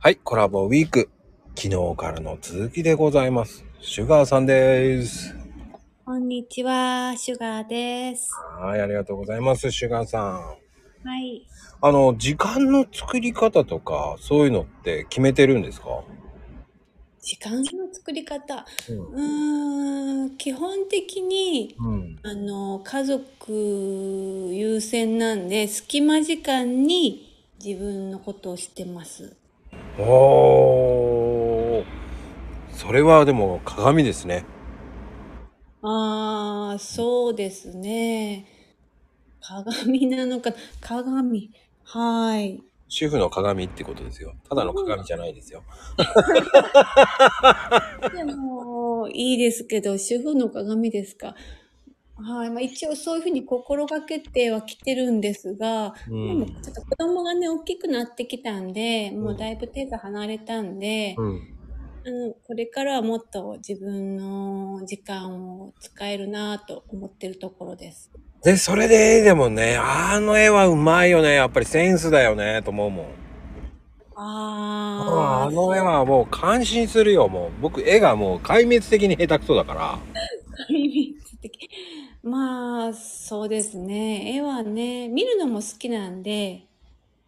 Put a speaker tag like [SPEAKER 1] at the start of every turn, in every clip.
[SPEAKER 1] はい、コラボウィーク。昨日からの続きでございます。シュガーさんです。
[SPEAKER 2] こんにちは、シュガーです。
[SPEAKER 1] はい、ありがとうございます、シュガーさん。
[SPEAKER 2] はい。
[SPEAKER 1] あの、時間の作り方とか、そういうのって決めてるんですか
[SPEAKER 2] 時間の作り方。
[SPEAKER 1] うん。
[SPEAKER 2] うーん、基本的に、
[SPEAKER 1] うん。
[SPEAKER 2] あの、家族優先なんで、隙間時間に自分のことをしてます。
[SPEAKER 1] おー。それはでも鏡ですね。
[SPEAKER 2] あー、そうですね。鏡なのか、鏡。はい。
[SPEAKER 1] 主婦の鏡ってことですよ。ただの鏡じゃないですよ。
[SPEAKER 2] でも、いいですけど、主婦の鏡ですか。はい。まあ、一応そういうふうに心がけてはきてるんですが、
[SPEAKER 1] う
[SPEAKER 2] でも
[SPEAKER 1] ん。
[SPEAKER 2] ちょっと子供がね、大きくなってきたんで、もううんだいぶ手が離れたんで、
[SPEAKER 1] うん。
[SPEAKER 2] あのこれからはもっと自分の時間を使えるなぁと思ってるところです。
[SPEAKER 1] で、それで、でもね、あの絵はうまいよね。やっぱりセンスだよね、と思うもん。あ
[SPEAKER 2] あー、
[SPEAKER 1] の絵はもう感心するよ、もう。僕、絵がもう壊滅的に下手くそだから。
[SPEAKER 2] 意味的 まあ、そうですね。絵はね、見るのも好きなんで、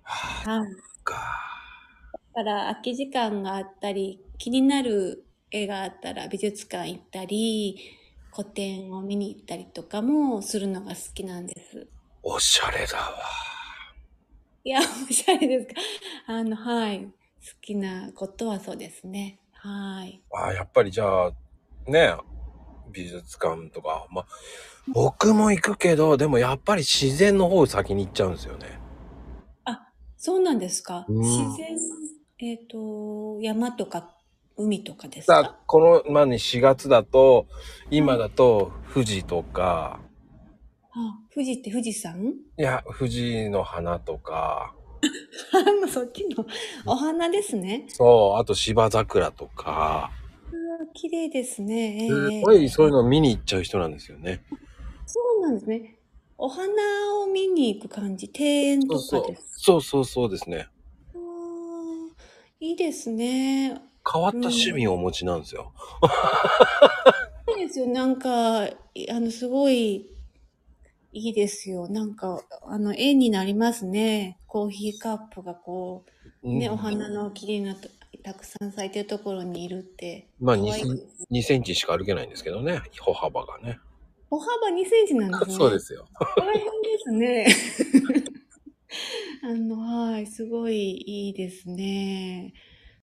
[SPEAKER 2] はい。
[SPEAKER 1] か
[SPEAKER 2] だから空き時間があったり気になる絵があったら美術館行ったり古典を見に行ったりとかもするのが好きなんです。
[SPEAKER 1] おしゃれだわ。
[SPEAKER 2] いや、おしゃれですか。 あの、はい。好きなことはそうですね。はい。
[SPEAKER 1] あーやっぱりじゃあ、ね、美術館とか、まあ、僕も行くけど、でもやっぱり自然の方先に行っちゃうんですよね。
[SPEAKER 2] あ、そうなんですか。
[SPEAKER 1] うん
[SPEAKER 2] 自然、えっ、と、山とか海とかです
[SPEAKER 1] さあ、
[SPEAKER 2] か
[SPEAKER 1] この、まあね、4月だと、今だと富士とか、
[SPEAKER 2] あ富士って富士山
[SPEAKER 1] いや、富士の花とか、
[SPEAKER 2] あもうそっちのお花ですね。
[SPEAKER 1] そう、あと芝桜とか、
[SPEAKER 2] あ綺麗ですね。ええ
[SPEAKER 1] すごいそういうの見に行っちゃう人なんですよね。
[SPEAKER 2] そうなんですね。お花を見に行く感じ、庭園と
[SPEAKER 1] そ
[SPEAKER 2] か
[SPEAKER 1] う
[SPEAKER 2] です。
[SPEAKER 1] そうそうそうですね。
[SPEAKER 2] あーいいですね。
[SPEAKER 1] 変わった趣味をお持ちなんですよ。
[SPEAKER 2] いいですよ。なんか、いあの、すごい、いいですよ。なんか、あの、絵になりますね。コーヒーカップがこう、ね、
[SPEAKER 1] うん
[SPEAKER 2] お花の綺麗なと、たくさん咲いてるところにいるって。
[SPEAKER 1] まあ
[SPEAKER 2] 可
[SPEAKER 1] 2
[SPEAKER 2] 愛い
[SPEAKER 1] セン2センチしか歩けないんですけどね、歩幅がね。
[SPEAKER 2] 歩幅2センチなんですね。
[SPEAKER 1] そうで。すよ。
[SPEAKER 2] 大 変ですね。あの、はい、すごいいいですね。